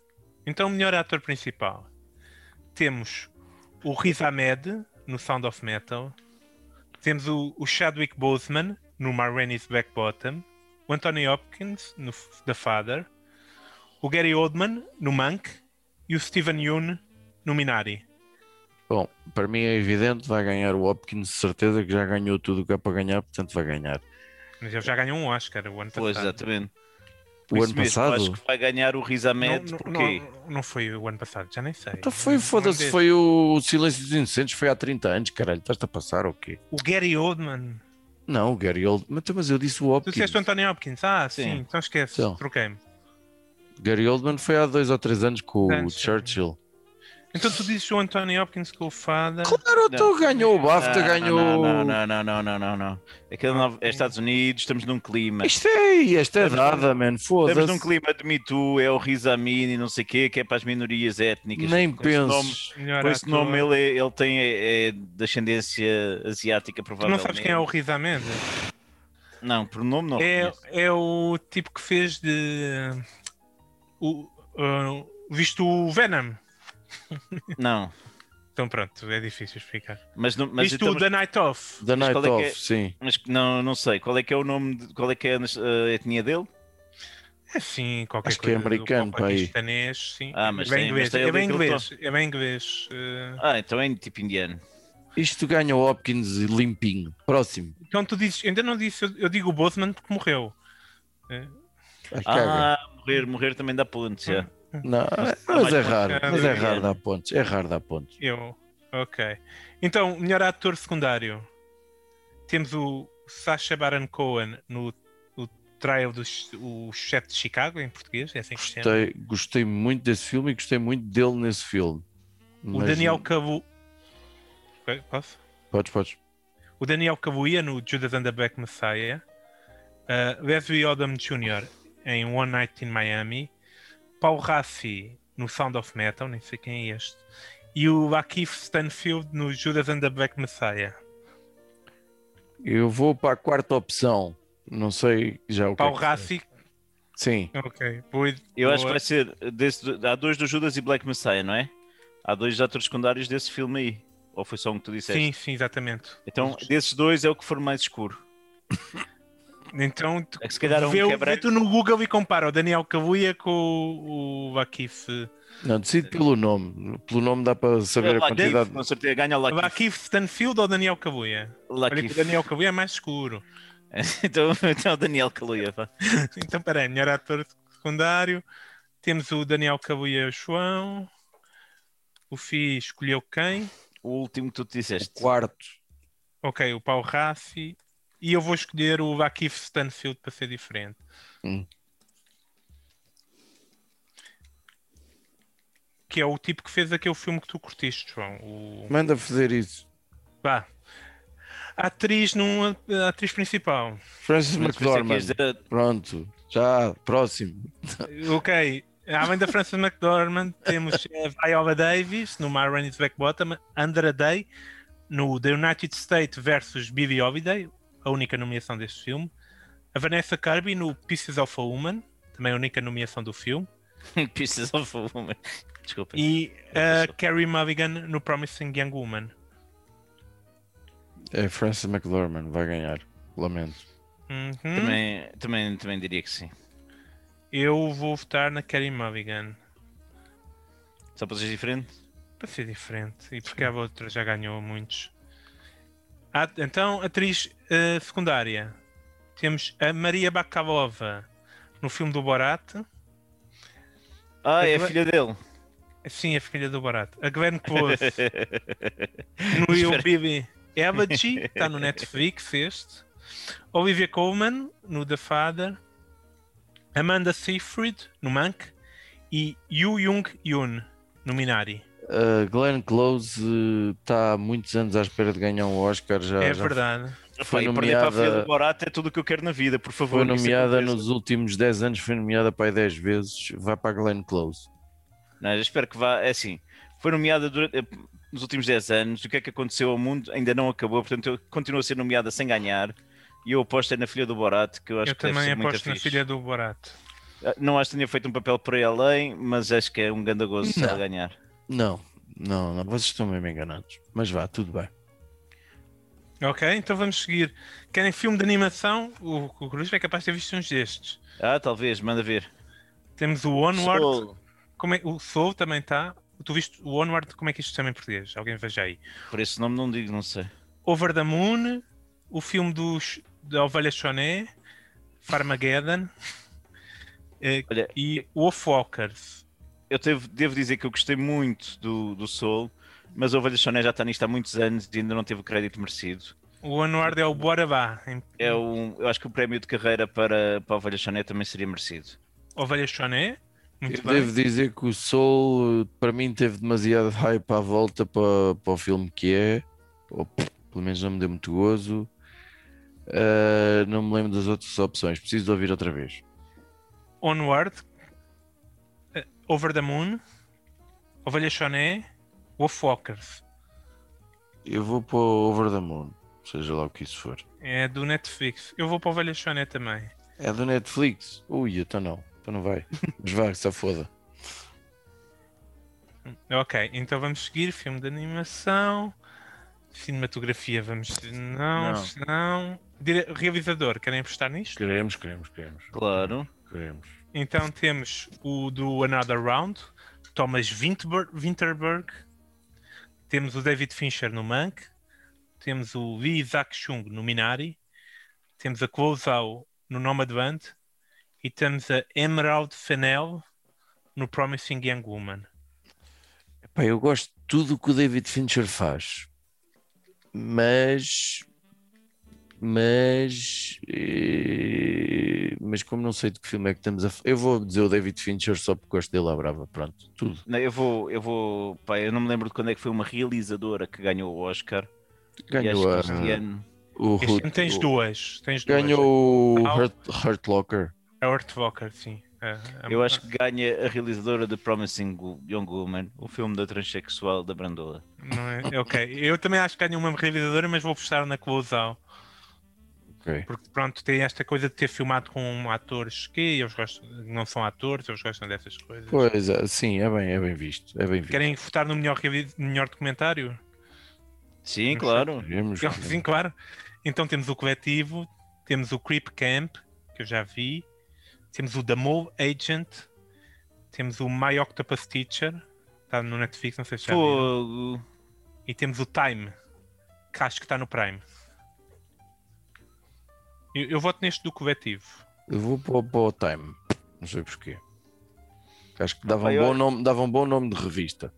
A: então, melhor ator principal. Temos o Riz Ahmed no Sound of Metal. Temos o, o Chadwick Boseman no My Rainey's Back Bottom. O Anthony Hopkins no F- The Father. O Gary Oldman no Mank e o Steven Yeun no Minari.
D: Bom, para mim é evidente, vai ganhar o Hopkins, de certeza que já ganhou tudo o que há para ganhar, portanto vai ganhar.
A: Mas ele já ganhou um Oscar o ano
C: Pois,
A: passado.
C: exatamente.
D: O
C: Isso
D: ano
C: mesmo,
D: passado?
C: Acho que vai ganhar o Riz Ahmed,
A: não,
C: porquê?
A: não- não foi o ano passado, já nem sei.
D: Então foi,
A: Um
D: foda-se,
A: desses.
D: foi o Silêncio dos Inocentes, foi há 30 anos, caralho, estás-te a passar ou quê?
A: O Gary Oldman.
D: Não, o Gary Oldman, então, mas eu disse o
A: Tu
D: Hopkins.
C: um-
A: disseste o Anthony Hopkins. Ah, sim,
C: Sim.
A: então esquece.
D: Então.
A: Troquei-me.
D: Gary Oldman foi há dois ou três anos com o
A: Antes, sim.
D: Churchill.
A: Então tu dizes o Anthony Hopkins com o Fada.
D: Claro, então ganhou o BAFTA,
C: Ah,
D: ganhou...
C: Não, não, não, não, não, não, não. Aquele novo- é Estados Unidos, estamos num clima.
D: Isto é, isto é
C: Estamos
D: nada, man,
C: Estamos num
D: foda-se.
C: clima de Me Too, é o Riz Amin e não sei o quê, que é para as minorias étnicas.
D: Nem
C: é Com esse nome-
D: penses.
A: Melhor
C: Com esse
A: ator.
C: nome ele, é- ele tem é, é de ascendência asiática,
A: Tu não
C: provavelmente. Oh,
A: sabes quem é o Riz Ahmed?
C: Não, por nome não.
A: É,
C: reconheço.
A: é o tipo que fez de. O, ah, visto o Venom.
C: Não,
A: Então pronto, é difícil explicar.
C: mas, não- mas,
A: Visto
C: então-
A: o The Night Of.
D: Da Night
C: qual é que
D: Off,
C: é?
D: sim.
C: mas não, não sei. Qual é que é o nome, de- qual é que é a nas- a etnia dele?
A: É sim, qualquer
D: Acho que é
A: coisa.
D: americano,
A: do
D: pá, aí.
A: paquistanês, sim.
C: Ah, mas
A: é bem
C: tem-
A: inglês.
C: mas tem
A: É bem
C: ali aquele
A: inglês. É bem inglês. ah.
C: Ah, então é tipo indiano.
D: Isto ganha o Hopkins limpinho. Próximo.
A: Então tu dizes, ainda não disse, eu, eu digo o Bozeman porque morreu.
D: Ah, caga.
C: Ah, morrer, morrer também dá pontos, já.
A: Hum,
D: Não,
C: mais
D: mas é
C: pontos
D: raro.
A: que a
D: Mas é
C: Adriana.
D: raro dar pontos. É raro dar pontos.
A: Eu. Ok. Então, melhor ator secundário. Temos o Sacha Baron Cohen no o Trial do Ch- o Chefe de Chicago, em português, é assim que se chama.
D: Gostei, gostei muito desse filme e gostei muito dele nesse filme.
A: O
D: Mas-
A: Daniel Cabu. Ok, Posso?
D: Podes, podes.
A: O Daniel Kabuuya no Judas and the Black Messiah. Uh, Leslie Odom Jr. em One Night in Miami. Paul Rassi no Sound of Metal, nem sei quem é este. E o Akif Stanfield no Judas and the Black Messiah.
D: Eu vou para a quarta opção. Não sei já o que. é
A: Paul
D: que-
A: Rassi.
D: Sim.
A: Ok. Boa,
C: Eu acho que
A: boa.
C: vai ser. Desse, há dois do Judas e Black Messiah, não é? Há dois atores secundários desse filme aí. Ou foi só um que tu disseste?
A: Sim, sim, exatamente.
C: Então, desses dois é o que for mais escuro.
A: Então, tu-
C: É que se calhar um
A: vê,
C: que
A: o- vê
C: é branco.
A: tu no Google e compara o Daniel Kabuuya com o, o Akif.
D: Não, decido pelo nome. Pelo nome dá para saber a
C: Lakeith,
D: quantidade.
C: Com certeza, ganha o
A: O
C: Lakeith.
A: Akif Stanfield ou Daniel Kabuuya? Olha que o
C: Lakeith.
A: Daniel Kabuuya é mais escuro.
C: [LAUGHS] então, então, Daniel Kaluuya. vá.
A: Então, peraí, melhor ator secundário. Temos o Daniel Cabuia João. O Fi escolheu quem?
C: O último que tu disseste.
D: Quarto.
A: Ok, o Paulo Rassi. E eu vou escolher o Vakif Stanfield para ser diferente.
D: Hum.
A: Que é o tipo que fez aquele filme que tu curtiste, João. O...
D: Manda fazer isso.
A: Vá. Atriz, num, atriz principal.
D: Francis
C: Mas pensei que
D: McDormand.
C: ias dizer-
D: Pronto. Já, próximo.
A: Ok. Além é? da Frances McDormand, temos eh, Viola Davis no My Run is Back Bottom, Andra Day no The United States versus Billie Holiday, a única nomeação deste filme, a Vanessa Kirby no Pieces of a Woman, também a única nomeação do filme,
C: [LAUGHS] Pieces of a Woman. Desculpa.
A: e
C: É
A: a Carrie Mulligan no Promising Young Woman.
D: É Francis McDormand, vai ganhar. Lamento.
A: Uhum.
C: Também, também, também diria que sim.
A: Eu vou votar na Carrie Mulligan.
C: Só para ser diferente?
A: Para ser diferente. E porque a outra já ganhou muitos. Ah, então, atriz eh, secundária. Temos a Maria Bakalova no filme do Borat.
C: Ah, é a
A: Aquela-
C: filha dele.
A: Sim, a filha do Borat. A
C: [LAUGHS]
A: Glenn Close no You Bibi Elegy. Está tá no Netflix este. Olivia Colman no The Father. Amanda Seyfried no Mank. E Yoo Jung-yoon no Minari.
D: Uh, Glenn Close está há muitos anos à espera de ganhar um Oscar. Já,
C: Ah,
A: é
D: já
A: verdade.
C: [LAUGHS]
D: Foi
C: Pá, e perder para a filha
D: nomeada-
C: do Borat é tudo o que eu quero na vida, por favor.
D: foi
C: que isso
D: nomeada
C: aconteça.
D: nos últimos 10 anos, foi nomeada para aí 10 vezes. Vai para a Glenn Close.
C: Não, eu espero que vá. É assim, foi nomeada durante- eh, nos últimos 10 anos. O que é que aconteceu ao mundo ainda não acabou, portanto, eu continuo a ser nomeada sem ganhar. E eu aposto é na filha do Borat, que eu acho
A: Eu
C: que deve
A: também
C: ser muito
A: aposto na
C: fixe.
A: filha do Borat.
C: Ah, Não acho que tenha feito um papel por aí além, mas acho que é um grande gozo se ela ganhar.
D: Não, não, não, vocês estão mesmo enganados. Mas vá, tudo bem.
A: Ok, então vamos seguir. Querem filme de animação? O, o Cruz é capaz de ter visto uns destes.
C: Ah, talvez, manda ver.
A: Temos o Onward,
C: Soul.
A: Como é, o Soul também está. Tu viste o Onward, como é que isto se chama em português? Alguém veja aí.
C: Por esse nome não digo, não sei.
A: Over the Moon, o filme dos, da Ovelha Choné, Farmageddon [LAUGHS] eh,
C: Olha,
A: e Wolf Walkers.
C: eu teve- devo dizer que eu gostei muito do, do Soul, mas a Ovelha Choné já está nisto há muitos anos e ainda não teve o crédito merecido.
A: O Onward é o Borabá, em
C: É um, eu acho que o prémio de carreira para, para a Ovelha Choné também seria merecido.
A: Ovelha Choné. Muito
D: Eu
A: bem.
D: devo dizer que o Soul, eh, para mim, teve demasiado hype à volta para, para o filme que é. Ou, pff, pelo menos não me deu muito gozo. Ah, não me lembro das outras opções. Preciso de ouvir outra vez.
A: Onward, eh, Over the Moon, Ovelha Choné, Wolf Walkers.
D: Eu vou para o Over the Moon, seja lá o que isso for.
A: É do Netflix. Eu vou para o Ovelha Choné também.
D: É do Netflix? Ui, então não. Então não [LAUGHS] vai. Mas vá, que se foda.
A: Ok, então vamos seguir. Filme de animação. Cinematografia, vamos. Não,
C: Não.
A: não. Dire- Realizador, querem apostar nisto?
E: Queremos, queremos, queremos.
C: Claro.
E: Queremos.
A: Então temos o do Another Round, Thomas Winterberg, Winterberg. temos o David Fincher no Mank, temos o Lee Isaac Chung no Minari, temos a Chloe Zhao no Nomadland e temos a Emerald Fennell no Promising Young Woman.
D: Pá, eu gosto de tudo o que o David Fincher faz, mas. Mas. eh, Mas como não sei de que filme é que estamos a falar, eu vou dizer o David Fincher só porque gosto dele à brava. Pronto, tudo.
C: Não, eu vou, eu vou, pá, eu não me lembro de quando é que foi uma realizadora que ganhou o Oscar. E acho
D: Ganhou
C: que
D: a,
C: este ano.
D: o
A: Este ano
D: Hurt,
A: tens
D: o,
A: duas, é? tens duas. É
D: ganhou o
A: Ah, o-
D: Hurt, Hurt Locker.
A: A Hurt Walker, sim. É, A- a-
C: Eu acho que ganha a realizadora de Promising Young Woman, o filme da transexual da Brandola.
A: não é- Ok, eu também acho que ganho uma realizadora, mas vou apostar na Chloe Zhao.
D: Ok.
A: porque pronto, tem esta coisa de ter filmado com um atores que eles gostam, não são atores, eles gostam dessas coisas.
D: Pois é, sim, é bem, é bem visto. É bem visto.
A: Querem votar no melhor, revi- melhor documentário?
C: Sim, claro.
D: Queremos-
A: Sim, claro. Então temos o Coletivo, temos o Creep Camp, que eu já vi, temos o The Mole Agent, temos o My Octopus Teacher, está no Netflix, não sei se já viram.
C: Fogo.
A: E temos o Time, que acho que está no Prime. Eu, eu voto neste do Coletivo.
D: Eu vou para, o- para o Time. Não sei porquê. Acho que dava,
C: Pá,
D: um
C: eu
D: bom
C: acho-
D: nome, dava um bom nome de revista.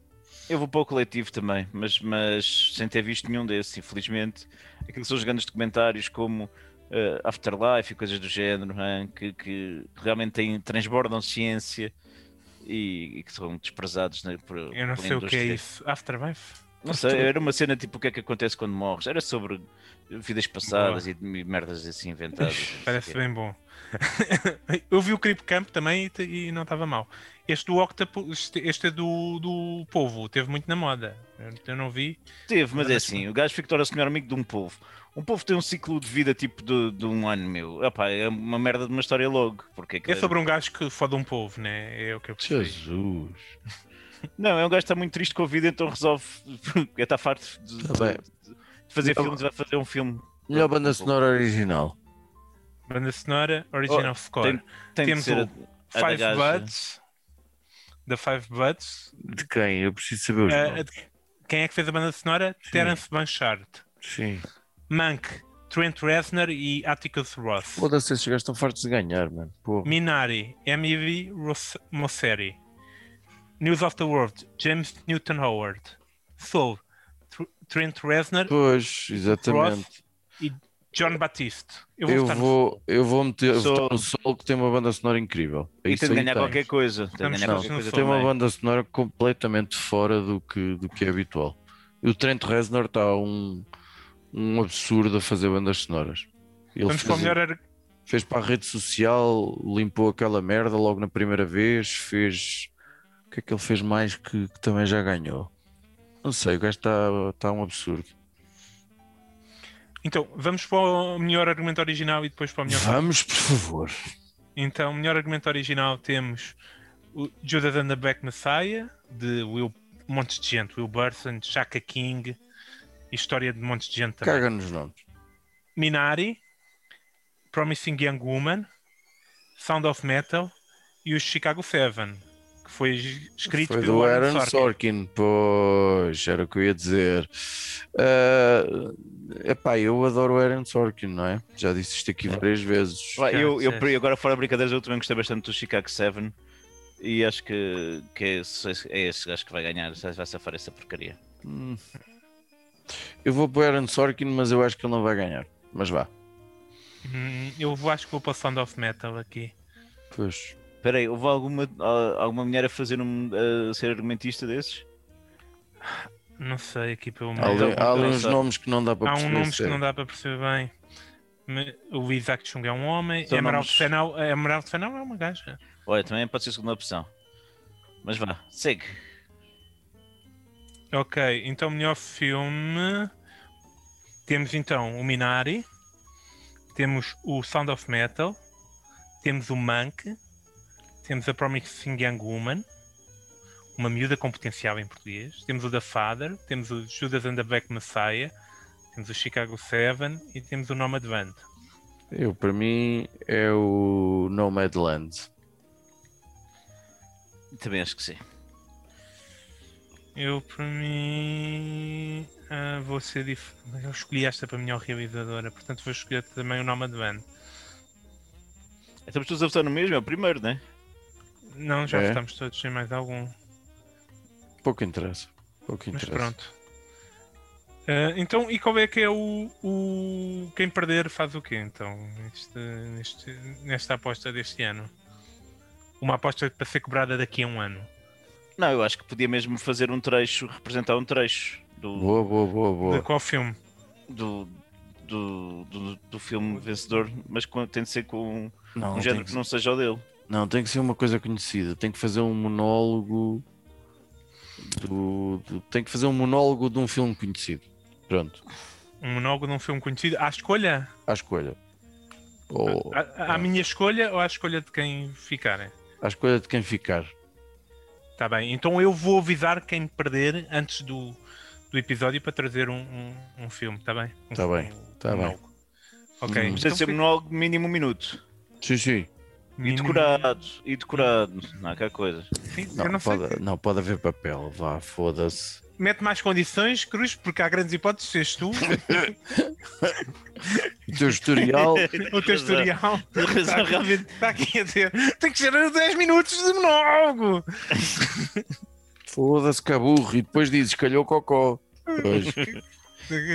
C: Eu vou para o coletivo também, mas, mas sem ter visto nenhum desses, infelizmente. Aqueles são os grandes documentários como eh, Afterlife e coisas do género, hein, que, que realmente têm, transbordam ciência e, e que são desprezados né, por,
A: Eu não
C: pela
A: sei o que é
C: indústria.
A: isso. Afterlife?
C: Não sei, era uma cena tipo o que é que acontece quando morres. Era sobre vidas passadas e, e merdas assim inventadas.
A: Parece bem bom. [LAUGHS] eu vi o Creep Camp também e te- e, não estava mal. Este do Octopus, este- este é do, do povo, teve muito na moda. Eu, eu não vi.
C: Teve, mas é assim, o gajo Victor se melhor amigo de um povo. Um povo tem um ciclo de vida tipo de, de um ano, meu. Epá, é uma merda de uma história logo. Porque
A: É
C: aquilo
A: sobre um gajo que fode um povo, né? É o que eu percebi.
D: Jesus.
C: Não, é um gajo que está muito triste com a vida, então resolve. [LAUGHS] é Está farto de,
D: Tá bem.
C: de fazer
A: Então-
D: Não.
C: filmes, vai fazer um filme.
D: Melhor banda sonora original.
A: Banda sonora, original score.
C: Oh, Tem, tem de
A: Temos
C: ser.
A: o
C: a- a da
A: Five
C: gaja.
A: Buds. Da Five Buds.
D: De quem? Eu preciso saber os
A: Ah,
D: nomes.
A: de- quem é que fez a banda sonora? Terence Blanchard.
D: Sim.
A: Monk, Trent Reznor e Atticus Ross.
D: Foda-se, esses gajos estão fartos de ganhar, mano. Pô.
A: Minari, M.E.V. Ros- Mosseri. News of the World, James Newton Howard. Soul, Tr- Trent Reznor,
D: Pois,
A: Roth
D: exatamente.
A: e John Batiste. Eu vou
D: Eu
A: votar no-
D: vou, eu vou meter eu vou
C: Sol.
D: votar no Sol que tem uma banda sonora incrível. É
C: E tem de ganhar
D: qualquer
C: qualquer coisa. Tem de
A: Estamos
C: ganhar
D: Não,
C: qualquer
A: juntos
C: coisa.
A: no
D: tem uma
C: também.
D: banda sonora completamente fora do que, do que é habitual. E o Trent Reznor está um, um absurdo a fazer bandas sonoras. Ele
A: Vamos
D: fez,
A: para o melhor ar-
D: fez para a rede social, limpou aquela merda logo na primeira vez, fez. O que é que ele fez mais que, que também já ganhou? Não sei, o gajo está está um absurdo.
A: Então, vamos para o melhor argumento original e depois para o
D: [LAUGHS]
A: melhor.
D: Vamos, por favor.
A: Então, melhor argumento original temos o Judas and the Black Messiah, de Will, um monte de gente. Will Burson, Shaka King, história de um monte de gente também.
D: Caga nos nomes.
A: Minari, Promising Young Woman, Sound of Metal e os Chicago Seven. que foi escrito
D: Foi
A: pelo
D: do Aaron Sorkin. Pois, era o que eu ia dizer. é epá, eu adoro o Aaron Sorkin, não é? Já disse isto aqui várias vezes.
C: Vai, eu, eu,
A: Certo,
C: por aí, agora fora brincadeiras, eu também gostei bastante do Chicago 7 e acho que, que é, esse, é esse gajo que vai ganhar, vai safar essa porcaria.
D: Hum. Eu vou para o Aaron Sorkin, mas eu acho que ele não vai ganhar. Mas vá.
A: Hum, eu vou- acho que vou para Sound of Metal aqui.
D: Pois.
C: Espera aí, houve alguma, ah, alguma mulher a fazer um a ser argumentista desses?
A: Não sei, aqui pelo
D: Há ali,
A: meio.
C: então,
D: há ali
C: então,
D: uns
C: sabe.
D: nomes que não dá para
A: é Há um
D: perceber.
A: nome que
C: é.
D: sério.
A: não dá para perceber bem. Me- O Isaac Chung é um homem,
C: São
A: a Emerald
C: nomes-
A: Fennell a Emerald Fennell é uma gaja.
C: Olha, também pode ser a segunda opção. Mas vá, segue.
A: Ok, então melhor filme. Temos então o Minari, temos o Sound of Metal, temos o Monk, temos a Promising Young Woman, uma miúda com potencial em português, temos o The Father, temos o Judas and the Black Messiah, temos o Chicago Seven e temos o Nomad Band.
D: Eu, para mim, é o Nomadland.
C: Também acho que sim.
A: Eu, para mim, ah, vou ser diferente. Eu escolhi esta para a melhor realizadora, portanto vou escolher também o Nomad Band.
C: Estamos todos a votar no mesmo, é o primeiro, não é?
A: Não, já
D: É.
A: estamos todos sem mais algum.
D: Pouco interessa. Pouco
A: Mas
D: interessa.
A: pronto. Ah, então, e qual é que é o, o- Quem perder faz o quê, então, neste, neste- nesta aposta deste ano? Uma aposta para ser cobrada daqui a um ano.
C: Não, eu acho que podia mesmo fazer um trecho, representar um trecho do,
D: Boa, boa, boa,
A: De
D: boa.
A: qual filme?
C: do, do, do, do filme vencedor, mas com- tem de ser com um,
D: Não, tem
C: género que
D: que,
C: não seja o dele.
D: não, tem que ser uma coisa conhecida. Tem que fazer um monólogo. Do, do- tem que fazer um monólogo de um filme conhecido. Pronto.
A: Um monólogo de um filme conhecido? À escolha?
D: À escolha. Ou,
A: À, à minha escolha ou à escolha de quem ficarem?
D: à escolha de quem ficar.
A: Tá bem, então eu vou avisar quem perder antes do, do episódio para trazer um, um, um filme, tá bem? Um,
D: Tá bem, tá bem.
A: algo. Ok,
D: Hum.
C: Precisa
A: então
C: ser
A: fica-
C: monólogo de mínimo um minuto.
D: Sim, sim.
C: E
A: mínimo-
C: decorado, e decorado. Não há cá coisa.
A: Sim, eu
D: Não,
A: não sei.
D: pode, não, pode haver papel. Vá, foda-se.
A: Mete mais condições, Cruz, porque há grandes hipóteses. Seres
C: [LAUGHS]
A: tu, [LAUGHS]
D: O teu historial.
A: o teu historial.
C: Tens
A: Está
C: razão,
A: aqui,
C: realmente.
A: tá aqui a dizer: tem que ser 10 minutos de monólogo.
D: Foda-se, caburro. E depois dizes, calhou cocó. Pois.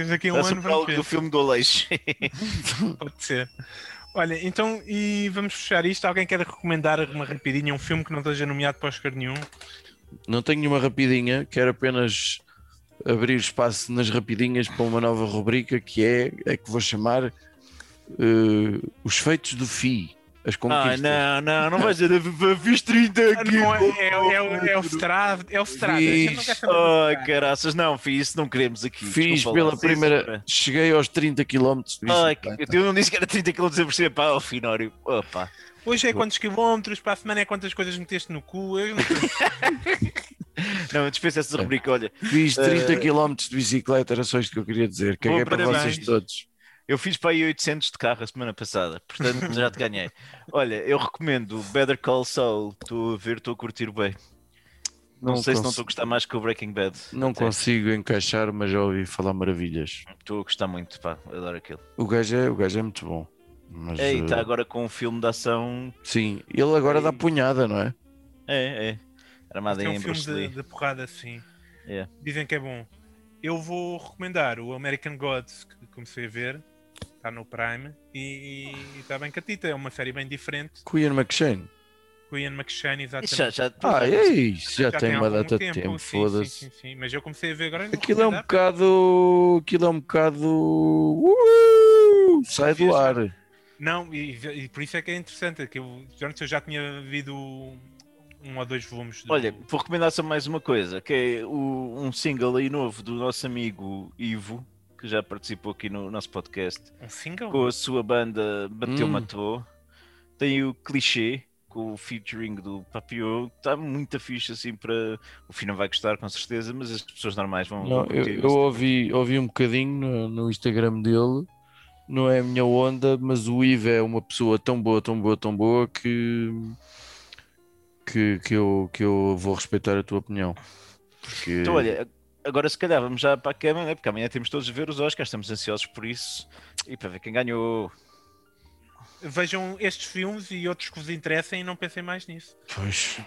A: Daqui a um
C: Está-se
A: ano vamos
C: um monólogo
A: ver.
C: do filme do
D: [LAUGHS]
C: Aleixo.
A: Pode ser. Olha, então, e vamos fechar isto. Alguém quer recomendar uma rapidinha um filme que não esteja nomeado para Oscar nenhum?
D: Não tenho nenhuma rapidinha, quero apenas abrir espaço nas rapidinhas para uma nova rubrica que é a que vou chamar eh, Os Feitos do FI, as
C: Ah,
D: conquistas.
C: não, não, não vais dizer. Fiz 30
A: Ah,
C: aqui.
A: Não, é, é, é, o- é o Strada. É o Strada. A gente não quer saber do
C: Ai,
A: Strada.
C: caraças, não, fiz isso, não queremos aqui.
D: Fiz
C: Desculpa lá,
D: pela
C: sim,
D: primeira.
C: senhora.
D: Cheguei aos 30 km de
C: Ai,
D: bicicleta.
C: que- eu não disse que era 30 km por cima, pá, o Finório. Opa.
A: Hoje é quantos quilómetros, para a semana é quantas coisas meteste no cu. Eu não sei.
C: Não, eu dispenso
D: É.
C: essa rubrica, olha.
D: Fiz
C: Eh,
D: 30 km de bicicleta, era só isto que eu queria dizer. Caguei para
A: parabéns.
D: vocês todos.
C: Eu fiz para aí 800 de carro a semana passada, portanto já te
D: [LAUGHS]
C: ganhei. Olha, eu recomendo Better Call Saul, estou a ver, estou a curtir bem. Não, sei se não
D: cons-
C: estou a gostar mais que o Breaking Bad.
D: não
C: Até.
D: consigo encaixar, mas já ouvi falar maravilhas.
C: Estou a gostar muito, pá, adoro aquilo.
D: O gajo é, o gajo é muito bom. Mas,
C: Ei, está
D: eh,
C: agora com um filme de ação.
D: Sim, ele agora
C: Ei.
D: dá punhada, não é?
C: É, é. Armada
A: Tem
C: em
A: um filme
C: Bruce
A: de,
C: Lee.
A: de porrada assim.
C: É.
A: Dizem que é bom. Eu vou recomendar o American Gods, que comecei a ver. Está no Prime. E e está bem catita. É uma série bem diferente.
D: Com o Ian McShane.
A: Com o Ian McShane,
C: Isso
A: exatamente.
C: Já, já,
D: Ah,
C: já-
D: é isso, já, tem uma
A: algum
D: data de tempo,
A: sim, sim,
D: foda-se.
A: sim, sim. Mas eu comecei a ver agora. e vou
D: Aquilo é um
A: recomendar.
D: bocado. Aquilo é um bocado. Uhul! Sai do ar.
A: Não, e, e por isso é que é interessante. Que eu, antes eu já tinha visto um ou dois volumes. do-
C: Olha, vou recomendar só mais uma coisa, que é o- um single aí novo do nosso amigo Ivo, que já participou aqui no nosso podcast.
A: um single?
C: com a sua banda Bateu
D: Hum.
C: Matou. Tem o clichê com o featuring do Papio. Está muito fixe assim para. O Fino vai gostar com certeza, mas as pessoas normais vão.
D: Não,
C: vão
D: eu
C: curtir.
D: eu ouvi, ouvi um bocadinho no, no Instagram dele. Não é a minha onda, mas o Ivo é uma pessoa tão boa, tão boa, tão boa que. que, que, eu, que eu vou respeitar a tua opinião. Porque...
C: Então, olha, agora se calhar vamos já para a cama, né? porque amanhã temos todos de ver os Oscars, estamos ansiosos por isso e para ver quem ganhou.
A: Vejam estes filmes e outros que vos interessem e não pensem mais nisso.
D: Pois.